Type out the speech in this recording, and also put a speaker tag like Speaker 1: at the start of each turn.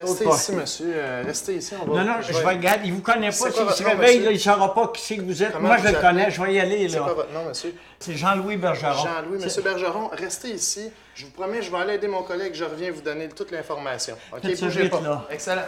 Speaker 1: Restez
Speaker 2: pas.
Speaker 1: ici, monsieur. Euh, restez ici, on va.
Speaker 2: Non, non, je vais regarder. Il vous connaît pas.
Speaker 1: C'est
Speaker 2: S'il
Speaker 1: quoi votre
Speaker 2: se
Speaker 1: nom,
Speaker 2: réveille,
Speaker 1: monsieur?
Speaker 2: là, il ne saura pas qui c'est que vous êtes.
Speaker 1: Comment
Speaker 2: Moi, je
Speaker 1: vous
Speaker 2: le
Speaker 1: appelez?
Speaker 2: connais. Je vais y aller,
Speaker 1: C'est
Speaker 2: là.
Speaker 1: quoi votre nom, monsieur?
Speaker 2: C'est Jean-Louis Bergeron.
Speaker 1: Jean-Louis, monsieur Bergeron, restez ici. Je vous promets, je vais aller aider mon collègue. Je reviens vous donner toute l'information. OK,
Speaker 2: Faites ça
Speaker 1: bougez
Speaker 2: vite,
Speaker 1: pas.
Speaker 2: là.
Speaker 1: Excellent.